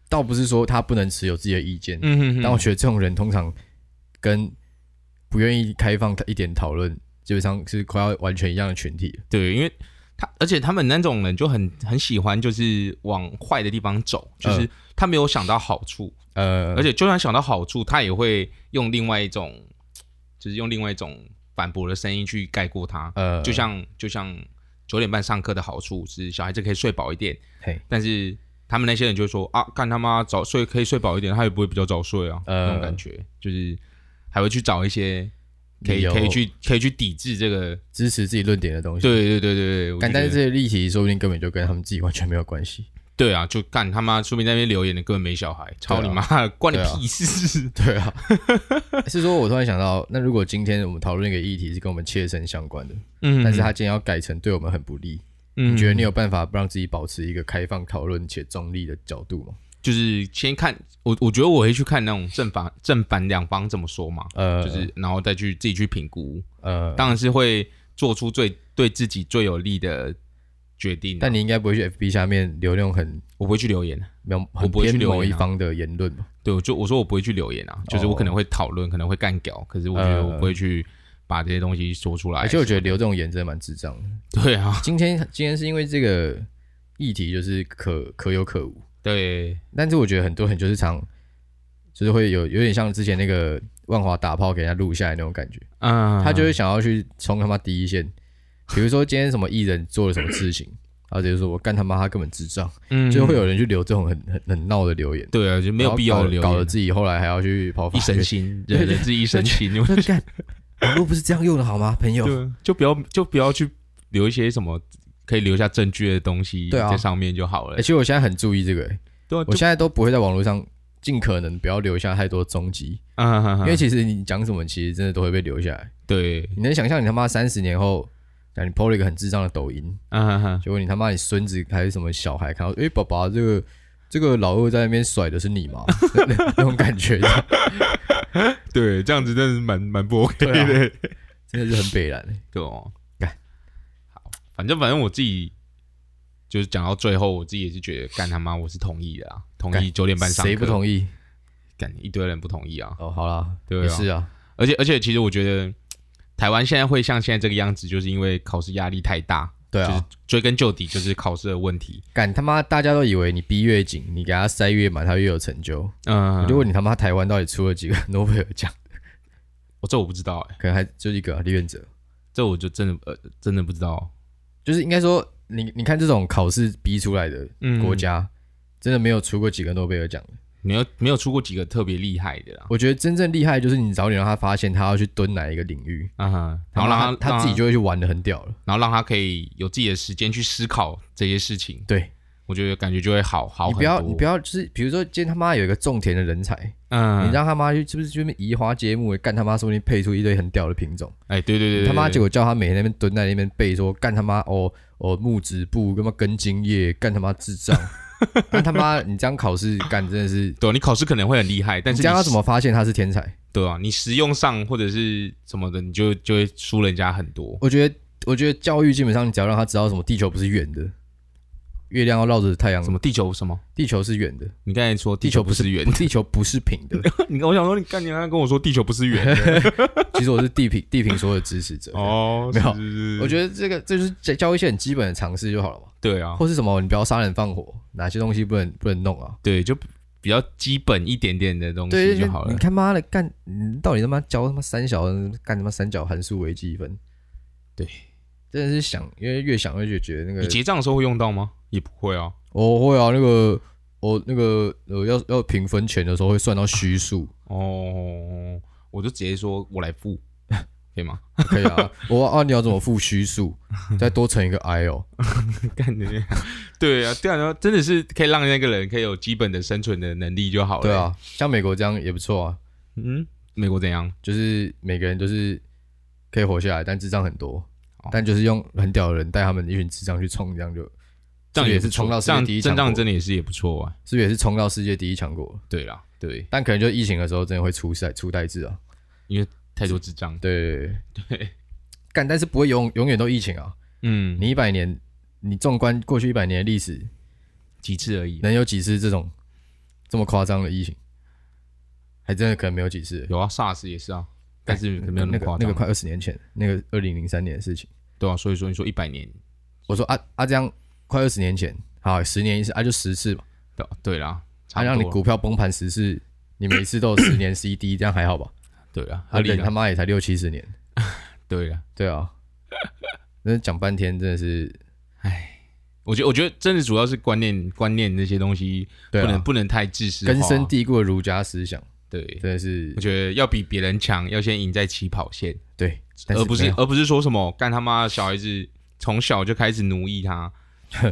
[SPEAKER 2] 倒不是说他不能持有自己的意见，
[SPEAKER 1] 嗯哼哼，
[SPEAKER 2] 但我觉得这种人通常跟不愿意开放一点讨论，基本上是快要完全一样的群体了。
[SPEAKER 1] 对，因为他而且他们那种人就很很喜欢就是往坏的地方走，就是他没有想到好处，
[SPEAKER 2] 呃，
[SPEAKER 1] 而且就算想到好处，他也会用另外一种，就是用另外一种反驳的声音去盖过它。
[SPEAKER 2] 呃，
[SPEAKER 1] 就像就像九点半上课的好处是小孩子可以睡饱一点，
[SPEAKER 2] 嘿，
[SPEAKER 1] 但是他们那些人就会说啊，干他妈早睡可以睡饱一点，他也不会比较早睡啊，
[SPEAKER 2] 呃
[SPEAKER 1] 那种感觉就是还会去找一些可
[SPEAKER 2] 理
[SPEAKER 1] 以
[SPEAKER 2] 由
[SPEAKER 1] 可以去可以去抵制这个，
[SPEAKER 2] 支持自己论点的东西。
[SPEAKER 1] 对对对对对，我
[SPEAKER 2] 干，
[SPEAKER 1] 就觉
[SPEAKER 2] 但
[SPEAKER 1] 得
[SPEAKER 2] 是这些例题说不定根本就跟他们自己完全没有关
[SPEAKER 1] <laughs>
[SPEAKER 2] 系。
[SPEAKER 1] 对啊，就干他妈，说明在那边留言的根本没小孩，
[SPEAKER 2] 啊
[SPEAKER 1] 操你妈，关你屁
[SPEAKER 2] <laughs>
[SPEAKER 1] 事！
[SPEAKER 2] 对啊，是说我突然想到，那如果今天我们讨论一个议题是跟我们切身相关的，
[SPEAKER 1] 嗯
[SPEAKER 2] 但是他今天要改成对我们很不利，
[SPEAKER 1] 嗯
[SPEAKER 2] 你觉得你有办法让自己保持一个开放讨论且中立的角度吗？
[SPEAKER 1] 就是先看我，我觉得我会去看那种正反正反两方怎么说嘛，
[SPEAKER 2] 呃，
[SPEAKER 1] 就是然后再去自己去评估，
[SPEAKER 2] 呃，
[SPEAKER 1] 当然是会做出最对自己最有利的决定啊、
[SPEAKER 2] 但你应该不会去 FB 下面留那种很
[SPEAKER 1] 我不会去留言，
[SPEAKER 2] 没有
[SPEAKER 1] 我
[SPEAKER 2] 很
[SPEAKER 1] 不会去
[SPEAKER 2] 偏
[SPEAKER 1] 留言啊
[SPEAKER 2] 某一方的言论吧？
[SPEAKER 1] 对，我就我说我不会去留言啊，就是我
[SPEAKER 2] 哦呃
[SPEAKER 1] 可能会讨论，可能会干屌，可是我觉得我不会去把这些东西说出来。
[SPEAKER 2] 而且我觉得留这种言真的蛮智障的。
[SPEAKER 1] 对啊，
[SPEAKER 2] 今天今天是因为这个议题就是可可有可无，
[SPEAKER 1] 对，
[SPEAKER 2] 但是我觉得很多人就是常就是会有有点像之前那个万华打炮给人家录下来那种感觉，
[SPEAKER 1] 嗯，
[SPEAKER 2] 他就会想要去冲他妈第一线。比如说今天什么艺人做了什么事情，然后直接说我干他妈他根本智障，
[SPEAKER 1] 嗯
[SPEAKER 2] 就会有人去留这种很很很闹的留言，
[SPEAKER 1] 对啊，就没有必要
[SPEAKER 2] 然后
[SPEAKER 1] 留
[SPEAKER 2] 搞
[SPEAKER 1] 言
[SPEAKER 2] 得。自己后来还要去跑法
[SPEAKER 1] 一身
[SPEAKER 2] 院。
[SPEAKER 1] 腥，
[SPEAKER 2] 对
[SPEAKER 1] 惹
[SPEAKER 2] 对
[SPEAKER 1] 得自己一身腥，
[SPEAKER 2] <laughs> 我说干，哦网络不是这样用的好吗，朋
[SPEAKER 1] <laughs>
[SPEAKER 2] 友？
[SPEAKER 1] 就就不要就不要去留一些什么可以留下证据的东西
[SPEAKER 2] 对啊
[SPEAKER 1] 在上面就好了
[SPEAKER 2] 而。且我现在很注意这个、欸
[SPEAKER 1] 对啊，
[SPEAKER 2] 我
[SPEAKER 1] 就
[SPEAKER 2] 现在都不会在网络上尽可能不要留下太多踪迹，
[SPEAKER 1] 嗯，嗯
[SPEAKER 2] 因
[SPEAKER 1] 嗯
[SPEAKER 2] 为其实你讲什么，其实真的都会被留下来。
[SPEAKER 1] 对，
[SPEAKER 2] 你能想象你他妈三十年后，讲你 PO 了一个很智障的抖音，
[SPEAKER 1] 嗯嗯嗯
[SPEAKER 2] 结果你他妈你孙子还是什么小孩看到，诶，爸爸这个这个老二在那边甩的是你吗？ <laughs> 那种感觉，
[SPEAKER 1] 对，这样子真的是蛮蛮不 OK
[SPEAKER 2] 对啊
[SPEAKER 1] 的，
[SPEAKER 2] 真的是很北
[SPEAKER 1] <laughs>
[SPEAKER 2] 然、欸。
[SPEAKER 1] 对哦
[SPEAKER 2] 干。
[SPEAKER 1] 好，反正反正我自己就是讲到最后，我自己也是觉得干他妈我是同意的啊，同意
[SPEAKER 2] 干
[SPEAKER 1] 九点半上课
[SPEAKER 2] 谁不？同意？
[SPEAKER 1] 干一堆人不同意啊，
[SPEAKER 2] 哦，好啦，
[SPEAKER 1] 对啊
[SPEAKER 2] 也是啊，
[SPEAKER 1] 而且而且其实我觉得台湾现在会像现在这个样子，就是因为考试压力太大，
[SPEAKER 2] 对
[SPEAKER 1] 就是
[SPEAKER 2] 啊，
[SPEAKER 1] 追根究底就是考试的问题。
[SPEAKER 2] 敢他妈大家都以为你逼越紧，你给他塞越满，他越有成就。
[SPEAKER 1] 嗯，
[SPEAKER 2] 如果你他妈台湾到底出了几个 <laughs> 诺贝尔奖，
[SPEAKER 1] 我这我不知道哎、
[SPEAKER 2] 可能还就一个啊、李远哲，
[SPEAKER 1] 这我就真的呃真的不知道。
[SPEAKER 2] 就是应该说，你你看这种考试逼出来的
[SPEAKER 1] 嗯
[SPEAKER 2] 国家，真的没有出过几个诺贝尔奖的。
[SPEAKER 1] 没有没有出过几个特别厉害的啦。
[SPEAKER 2] 我觉得真正厉害就是你早点让他发现他要去蹲哪一个领域，
[SPEAKER 1] 啊哈，然后
[SPEAKER 2] 他
[SPEAKER 1] 让
[SPEAKER 2] 他他自己
[SPEAKER 1] 就，
[SPEAKER 2] 就会去玩的很屌了。
[SPEAKER 1] 然后让他可以有自己的时间去思考这些事情，
[SPEAKER 2] 对
[SPEAKER 1] 我觉得感觉就会好好
[SPEAKER 2] 你不要
[SPEAKER 1] 很多
[SPEAKER 2] 你不要就是比如说今天他妈有一个种田的人才，
[SPEAKER 1] 嗯，
[SPEAKER 2] 你让他妈去是不是去那边移花接木，干他妈说不定配出一堆很屌的品种。
[SPEAKER 1] 哎，对对对，对
[SPEAKER 2] 他妈
[SPEAKER 1] 对
[SPEAKER 2] 结果叫他每天在那边蹲在那边背说干他妈哦哦木质部他妈根茎叶干他妈智
[SPEAKER 1] <laughs>
[SPEAKER 2] 障，那他妈你这样考试干真的是，
[SPEAKER 1] 对啊，你考试可能会很厉害，但
[SPEAKER 2] 你
[SPEAKER 1] 是
[SPEAKER 2] 这样
[SPEAKER 1] 你
[SPEAKER 2] 要怎么发现他是天才？
[SPEAKER 1] 对啊？你实用上或者是什么的，你就就会输人家很多。
[SPEAKER 2] 我觉得我觉得教育基本上你只要让他知道什么地球不是圆的，月亮要绕着太阳，
[SPEAKER 1] 什么地球什么？
[SPEAKER 2] 地球是圆的，
[SPEAKER 1] 你刚才说地
[SPEAKER 2] 地球
[SPEAKER 1] 球
[SPEAKER 2] 不
[SPEAKER 1] 不
[SPEAKER 2] 是
[SPEAKER 1] 是圆，
[SPEAKER 2] 地球不是平
[SPEAKER 1] <laughs>
[SPEAKER 2] 的。
[SPEAKER 1] 你我想说你干你刚才跟我说地球不是圆的
[SPEAKER 2] 其实我是地平地平说的支持者。
[SPEAKER 1] <laughs> 哦，
[SPEAKER 2] 没有
[SPEAKER 1] 是是是
[SPEAKER 2] 我觉得这个这就是教教一些很基本的常识就好了嘛，
[SPEAKER 1] 对啊，
[SPEAKER 2] 或是什么你不要杀人放火，哪些东西不能不能弄啊？
[SPEAKER 1] 对，就比较基本一点点的东
[SPEAKER 2] 对，
[SPEAKER 1] 西
[SPEAKER 2] 就
[SPEAKER 1] 就好了
[SPEAKER 2] 你。他妈的干，你到底他妈教他妈三角，干他妈三角函数微积分？
[SPEAKER 1] 对，
[SPEAKER 2] 真的是想，因为越想越觉得那
[SPEAKER 1] 你
[SPEAKER 2] 个，
[SPEAKER 1] 结账的时候会用到吗？也不会啊。
[SPEAKER 2] 我、会啊，那个我、那个呃要要平分钱的时候会算到虚数，
[SPEAKER 1] 哦，我就直接说我来付， <laughs> 可以吗？ <laughs>
[SPEAKER 2] 可以啊。我啊你要怎么付虚数？再多乘一个 i 哦，
[SPEAKER 1] 干你！ <laughs> 对啊，这样的话真的是可以让那个人可以有基本的生存的能力就好了。
[SPEAKER 2] 对，啊，像美国这样也不错啊，
[SPEAKER 1] 嗯，美国怎样？
[SPEAKER 2] 就是每个人都是可以活下来，但智障很多
[SPEAKER 1] 哦。
[SPEAKER 2] 但就是用很屌的人带他们一群智障去冲，这样就
[SPEAKER 1] 这样
[SPEAKER 2] 也
[SPEAKER 1] 不
[SPEAKER 2] 是
[SPEAKER 1] 错
[SPEAKER 2] 冲到世
[SPEAKER 1] 这
[SPEAKER 2] 界
[SPEAKER 1] 样，
[SPEAKER 2] 第一
[SPEAKER 1] 这
[SPEAKER 2] 强
[SPEAKER 1] 样
[SPEAKER 2] 国，
[SPEAKER 1] 真的也是也不错啊。
[SPEAKER 2] 是不是也是冲到世界第一强国？
[SPEAKER 1] 对啦，对，
[SPEAKER 2] 但可能就疫情的时候真的会出赛出代志啊。
[SPEAKER 1] 太多智障。
[SPEAKER 2] 对对
[SPEAKER 1] 对，
[SPEAKER 2] 干，但是不会永永远都疫情啊。
[SPEAKER 1] 嗯，
[SPEAKER 2] 你一百年，你纵观过去一百年的历史，
[SPEAKER 1] 几次而已。
[SPEAKER 2] 能有几次这种这么夸张的疫情？还真的可能没有几次。
[SPEAKER 1] 有啊，SARS 也是啊，但是可能没有那么
[SPEAKER 2] 哎那个
[SPEAKER 1] 夸
[SPEAKER 2] 那
[SPEAKER 1] 张，
[SPEAKER 2] 个快二十年前，那个二零零三年的事情。
[SPEAKER 1] 对啊，所以说你说一百年，
[SPEAKER 2] 我说啊啊，这样快二十年前，好，十年一次啊，就十次嘛。
[SPEAKER 1] 对对啦，
[SPEAKER 2] 啊，
[SPEAKER 1] 差
[SPEAKER 2] 让
[SPEAKER 1] 不
[SPEAKER 2] 你
[SPEAKER 1] 多了
[SPEAKER 2] 股票崩盘十次，你每次都有十年 CD，这样还好吧？
[SPEAKER 1] 对啦，
[SPEAKER 2] 啊，
[SPEAKER 1] 合理
[SPEAKER 2] 人
[SPEAKER 1] 的
[SPEAKER 2] 他妈也才六七十年。
[SPEAKER 1] 对啦，
[SPEAKER 2] 对啊，那讲半天真的是，
[SPEAKER 1] 我觉得我觉得真的主要是观念观念这些东西不
[SPEAKER 2] 对啊
[SPEAKER 1] 能、不能太自私化，
[SPEAKER 2] 根深蒂固的儒家思想，
[SPEAKER 1] 对。
[SPEAKER 2] 真的是
[SPEAKER 1] 我觉得要比别人强，要先赢在起跑线，
[SPEAKER 2] 对，但
[SPEAKER 1] 而不
[SPEAKER 2] 没
[SPEAKER 1] 是
[SPEAKER 2] 有
[SPEAKER 1] 而不是说什么干他妈小孩子从小就开始奴役
[SPEAKER 2] <laughs>
[SPEAKER 1] 他，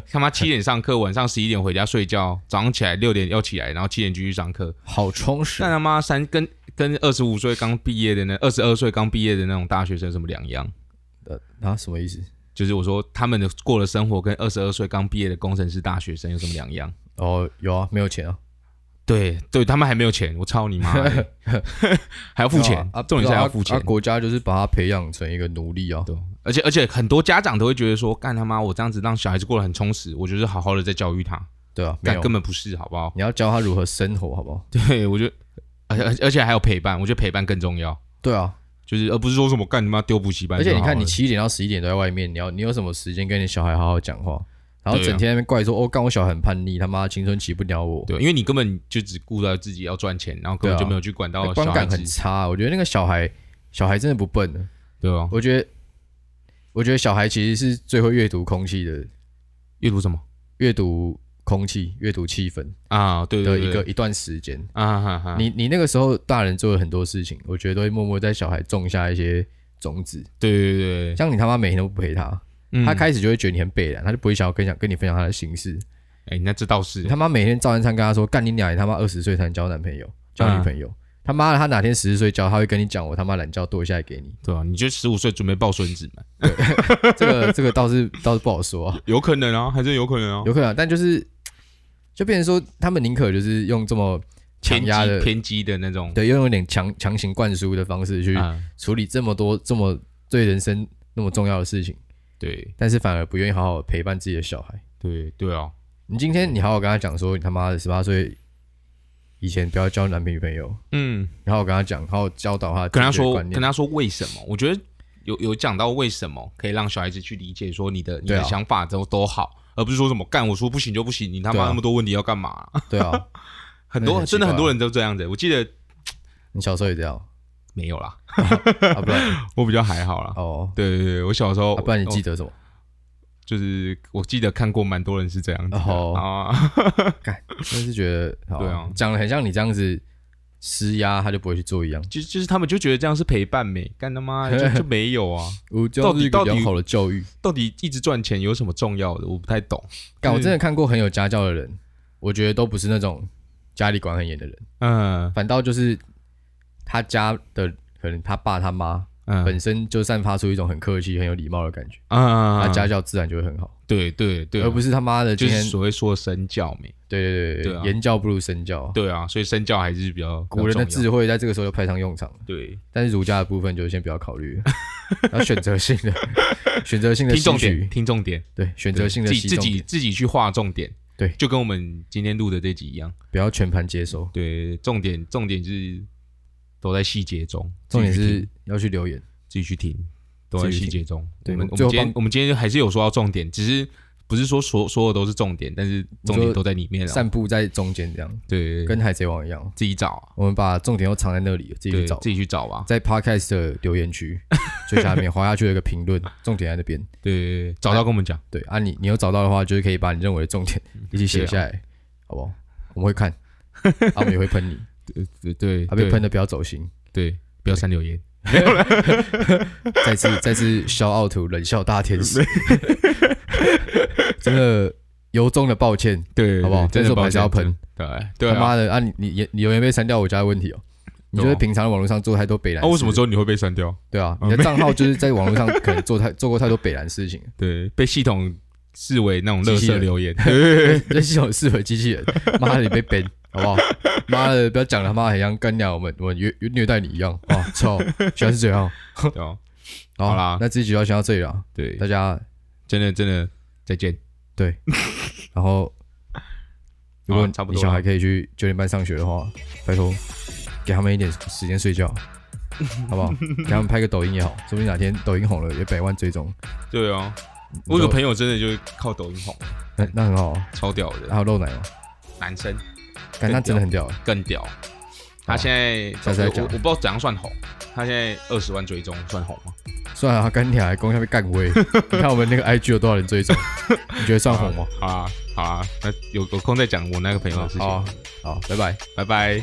[SPEAKER 1] 他妈七点上课，晚上十一点回家睡觉，早上起来六点要起来，然后七点继续上课，
[SPEAKER 2] 好充实
[SPEAKER 1] 但。他妈三跟跟二十五岁刚毕业的那二十二岁刚毕业的那种大学生有什么两样？
[SPEAKER 2] 呃啊，什么意思？
[SPEAKER 1] 就是我说他们的过的生活跟二十二岁刚毕业的工程师大学生有什么两样？
[SPEAKER 2] 哦，有啊，没有钱啊，
[SPEAKER 1] 对对，他们还没有钱，我操你妈
[SPEAKER 2] <laughs>
[SPEAKER 1] 的，还要付钱
[SPEAKER 2] 对啊啊，
[SPEAKER 1] 重点是还要付
[SPEAKER 2] 对啊
[SPEAKER 1] 钱
[SPEAKER 2] 啊。国家就是把他培养成一个奴隶啊。
[SPEAKER 1] 对，而且而且很多家长都会觉得说，干他妈，我这样子让小孩子过得很充实，我就是好好的在教育他，
[SPEAKER 2] 对啊，没
[SPEAKER 1] 干
[SPEAKER 2] 有，
[SPEAKER 1] 根本不是，好不
[SPEAKER 2] <laughs>
[SPEAKER 1] 好？
[SPEAKER 2] 你要教他如何生活，好不好？
[SPEAKER 1] 对，我觉得，而且而且而且还有陪伴，我觉得陪伴更重要，
[SPEAKER 2] 对啊，
[SPEAKER 1] 就是而不是说什么干他妈丢补习班
[SPEAKER 2] 而
[SPEAKER 1] 就
[SPEAKER 2] 且
[SPEAKER 1] 好了。
[SPEAKER 2] 你看，你七点到十一点都在外面，你要你有什么时间跟你小孩好好讲话？然后
[SPEAKER 1] 对啊
[SPEAKER 2] 整天在那边怪说，哦，干我小孩很叛逆，他妈青春期不鸟我，
[SPEAKER 1] 对，因为啊你根本就只顾到自己要赚钱，然后根
[SPEAKER 2] 对啊
[SPEAKER 1] 本就没有去管到
[SPEAKER 2] 观
[SPEAKER 1] 小孩
[SPEAKER 2] 感
[SPEAKER 1] 子
[SPEAKER 2] 很，差。啊我觉得那个小孩，小孩真的不笨的。
[SPEAKER 1] 对啊吧？
[SPEAKER 2] 我觉得，我觉得小孩其实是最会阅读空气的，
[SPEAKER 1] 阅读什么
[SPEAKER 2] 阅读空气、阅读气氛
[SPEAKER 1] 啊？对
[SPEAKER 2] 的
[SPEAKER 1] 对
[SPEAKER 2] 一
[SPEAKER 1] 对
[SPEAKER 2] 个一段时间。
[SPEAKER 1] 啊哈哈，
[SPEAKER 2] 你你那个时候大人做了很多事情，我觉得都会默默在小孩种下一些种子。
[SPEAKER 1] 对对对对
[SPEAKER 2] 像你他妈每天都不陪他，
[SPEAKER 1] 嗯，
[SPEAKER 2] 他开始就会觉得你很北然，他就不会想要跟想跟你分享他的心事。
[SPEAKER 1] 哎，那这倒是
[SPEAKER 2] 你他妈每天照三餐跟他说，干你娘，你他妈二十岁才能交男朋友、交女朋
[SPEAKER 1] 啊
[SPEAKER 2] 友。他妈的，他哪天十岁交，他会跟你讲，我他妈懒觉剁下
[SPEAKER 1] <laughs>
[SPEAKER 2] 来给你。
[SPEAKER 1] 对啊，你就十五岁准备抱孙子嘛？
[SPEAKER 2] 这个这个倒是倒是不好说啊，
[SPEAKER 1] 有可能啊，还真有可能啊，
[SPEAKER 2] 有可能啊，但就是就变成说，他们宁可就是用这么强
[SPEAKER 1] 偏
[SPEAKER 2] 压
[SPEAKER 1] 激
[SPEAKER 2] 的，
[SPEAKER 1] 偏激的那种，
[SPEAKER 2] 对，用一点强强行灌输的方式去
[SPEAKER 1] 啊，
[SPEAKER 2] 处理这么多这么对人生那么重要的事情，
[SPEAKER 1] 对
[SPEAKER 2] 但是反而不愿意好好陪伴自己的小孩。
[SPEAKER 1] 对对啊，
[SPEAKER 2] 你今天你好好跟他讲说，你他妈的十八岁以前不要交男女朋友，
[SPEAKER 1] 嗯。
[SPEAKER 2] 然后我跟他讲，好好教导他
[SPEAKER 1] 跟他
[SPEAKER 2] 正确的
[SPEAKER 1] 说，
[SPEAKER 2] 观念
[SPEAKER 1] 跟他说为什么？我觉得有有讲到为什么可以让小孩子去理解说你的你
[SPEAKER 2] 对啊
[SPEAKER 1] 的想法都都好，而不是说什么干我说不行就不行，你他
[SPEAKER 2] 对
[SPEAKER 1] 妈
[SPEAKER 2] 啊
[SPEAKER 1] 那么多问题要干嘛、
[SPEAKER 2] 对啊，
[SPEAKER 1] 很多
[SPEAKER 2] <laughs> 很奇
[SPEAKER 1] 真的
[SPEAKER 2] 怪啊
[SPEAKER 1] 很多人都这样子，我记得
[SPEAKER 2] 你小时候也
[SPEAKER 1] <laughs>
[SPEAKER 2] 这样
[SPEAKER 1] 没有啦，
[SPEAKER 2] 啊？不然
[SPEAKER 1] 我比较还好啦。
[SPEAKER 2] 哦，
[SPEAKER 1] 对对对，我小时候，
[SPEAKER 2] 啊、不然你记
[SPEAKER 1] 我
[SPEAKER 2] 得什么？
[SPEAKER 1] 就是我记得看过蛮多人是这样子的
[SPEAKER 2] 哦 <laughs>
[SPEAKER 1] 啊，
[SPEAKER 2] 真是觉得好
[SPEAKER 1] 对啊
[SPEAKER 2] 讲的很像你这样子施压，他就不会去做一样。
[SPEAKER 1] 就就是他们就觉得这样是陪伴没，干他
[SPEAKER 2] <laughs>
[SPEAKER 1] 妈就就没有啊，
[SPEAKER 2] 我就是一个比较好的教育。
[SPEAKER 1] 到底一直赚钱有什么重要的？我不太懂。
[SPEAKER 2] 但我真的看过很有家教的人，我觉得都不是那种家里管很严的人，
[SPEAKER 1] 嗯
[SPEAKER 2] 反倒就是他家的可能他爸他妈
[SPEAKER 1] 嗯
[SPEAKER 2] 本身就散发出一种很客气、很有礼貌的感觉，
[SPEAKER 1] 啊
[SPEAKER 2] 他家教自然就会很好，
[SPEAKER 1] 对对对啊，
[SPEAKER 2] 而不是他妈的
[SPEAKER 1] 就
[SPEAKER 2] 今
[SPEAKER 1] 是
[SPEAKER 2] 天
[SPEAKER 1] 所谓说身教没。
[SPEAKER 2] 对对对
[SPEAKER 1] 对啊
[SPEAKER 2] 言教不如身教。
[SPEAKER 1] 对啊，所以身教还是比较
[SPEAKER 2] 古人的，
[SPEAKER 1] 比较重
[SPEAKER 2] 智慧在这个时候就派上用场了，
[SPEAKER 1] 要对，
[SPEAKER 2] 但是儒家的部分就先不要考虑了， <laughs> 要选择性的、选择性的
[SPEAKER 1] 听重
[SPEAKER 2] 吸取
[SPEAKER 1] 点，听重点，
[SPEAKER 2] 对，选择
[SPEAKER 1] 对
[SPEAKER 2] 性
[SPEAKER 1] 自
[SPEAKER 2] 的
[SPEAKER 1] 己
[SPEAKER 2] 吸
[SPEAKER 1] 自
[SPEAKER 2] 重
[SPEAKER 1] 己
[SPEAKER 2] 点，
[SPEAKER 1] 自己去划重点，
[SPEAKER 2] 对
[SPEAKER 1] 就跟我们今天录的这集一样，
[SPEAKER 2] 不要全盘接收。
[SPEAKER 1] 对，重点重点是都在细节中，
[SPEAKER 2] 重点
[SPEAKER 1] 自己去
[SPEAKER 2] 是
[SPEAKER 1] 听
[SPEAKER 2] 要去留言，
[SPEAKER 1] 自己去听，都在
[SPEAKER 2] 自己去
[SPEAKER 1] 细
[SPEAKER 2] 听
[SPEAKER 1] 节中。
[SPEAKER 2] 对
[SPEAKER 1] 我们
[SPEAKER 2] 我
[SPEAKER 1] 我
[SPEAKER 2] 最
[SPEAKER 1] 们
[SPEAKER 2] 后
[SPEAKER 1] 今天
[SPEAKER 2] 帮
[SPEAKER 1] 我们今天还是有说到重点，只是不是说所所有都是重点，但是重
[SPEAKER 2] 你
[SPEAKER 1] 点
[SPEAKER 2] 说
[SPEAKER 1] 都在里面了，
[SPEAKER 2] 散步在中间这样，
[SPEAKER 1] 啊对，
[SPEAKER 2] 跟海贼王一样，
[SPEAKER 1] 自己找啊，
[SPEAKER 2] 我们把重点都藏在那里，自己
[SPEAKER 1] 对，
[SPEAKER 2] 去找
[SPEAKER 1] 自。己去找啊吧，
[SPEAKER 2] 在 podcast 的留言
[SPEAKER 1] <laughs>
[SPEAKER 2] 区最下面滑下去有一个评论，重点在那边。
[SPEAKER 1] 对，找到跟我们讲，
[SPEAKER 2] 对啊你，你有找到的话，就是可以把你认为的重点一起写下来，好不好？我们
[SPEAKER 1] <laughs>
[SPEAKER 2] 会看，啊，我们也会喷你，
[SPEAKER 1] 对对，
[SPEAKER 2] 啊，被
[SPEAKER 1] 对
[SPEAKER 2] 喷的不要走心。
[SPEAKER 1] 对，不要删留言，
[SPEAKER 2] 再次再次笑傲图冷笑大天使，真的由衷的抱歉。
[SPEAKER 1] 对，
[SPEAKER 2] 好不好
[SPEAKER 1] 对
[SPEAKER 2] 这次我们
[SPEAKER 1] 抱
[SPEAKER 2] 还是要
[SPEAKER 1] 歉
[SPEAKER 2] 喷，
[SPEAKER 1] 对对啊，
[SPEAKER 2] 他妈的啊，你你你你留言被删掉，我家的问题哦。你就是
[SPEAKER 1] 对啊
[SPEAKER 2] 平常网络上做太多北兰
[SPEAKER 1] 啊，为什么
[SPEAKER 2] 事
[SPEAKER 1] 之后你会被删掉？
[SPEAKER 2] 对啊，
[SPEAKER 1] 啊
[SPEAKER 2] 你的账号就是在网络上可能
[SPEAKER 1] <laughs>
[SPEAKER 2] 做太做过太多北兰事情，
[SPEAKER 1] 对，被系统视为那种垃
[SPEAKER 2] 机器
[SPEAKER 1] 圾
[SPEAKER 2] 人
[SPEAKER 1] 留
[SPEAKER 2] <laughs>
[SPEAKER 1] 言。
[SPEAKER 2] 这系统适合机器人。妈的，你被 ban 好不好？妈的，不要讲了，他妈很像干掉我们，我们虐虐待你一样啊！操，喜欢是这样。
[SPEAKER 1] 对哦，
[SPEAKER 2] 好
[SPEAKER 1] 好啦
[SPEAKER 2] 那这一集就要先到这里 <laughs> 了，
[SPEAKER 1] 对
[SPEAKER 2] 大，家
[SPEAKER 1] 真的真的再见。
[SPEAKER 2] 然后如果
[SPEAKER 1] 啊差不
[SPEAKER 2] 你
[SPEAKER 1] 多
[SPEAKER 2] 小
[SPEAKER 1] 了
[SPEAKER 2] 孩可以去九点半上学的话，拜托给他们一点时间睡觉，
[SPEAKER 1] <laughs>
[SPEAKER 2] 好不好？给他们拍个抖音也好，说不定哪天抖音红了也百万追踪，
[SPEAKER 1] 对啊，
[SPEAKER 2] 你
[SPEAKER 1] 我有个
[SPEAKER 2] 说
[SPEAKER 1] 朋友真的就是靠抖音红，
[SPEAKER 2] 那那很好啊。
[SPEAKER 1] 超屌的，
[SPEAKER 2] 还有漏奶吗？
[SPEAKER 1] 男生
[SPEAKER 2] 但那真的很屌欸，
[SPEAKER 1] 更屌。他现在
[SPEAKER 2] 下次再啊讲
[SPEAKER 1] 我我不知道怎样算红，他现在二十万追踪算红吗？
[SPEAKER 2] 算了啊，干你还攻下被干威，你看我们那个 IG 有多少人追踪？你觉得算红吗？
[SPEAKER 1] 好啊，好啊，那有有空再讲我那个朋友的事
[SPEAKER 2] 好
[SPEAKER 1] 情
[SPEAKER 2] 啊，好，拜拜。
[SPEAKER 1] 拜拜。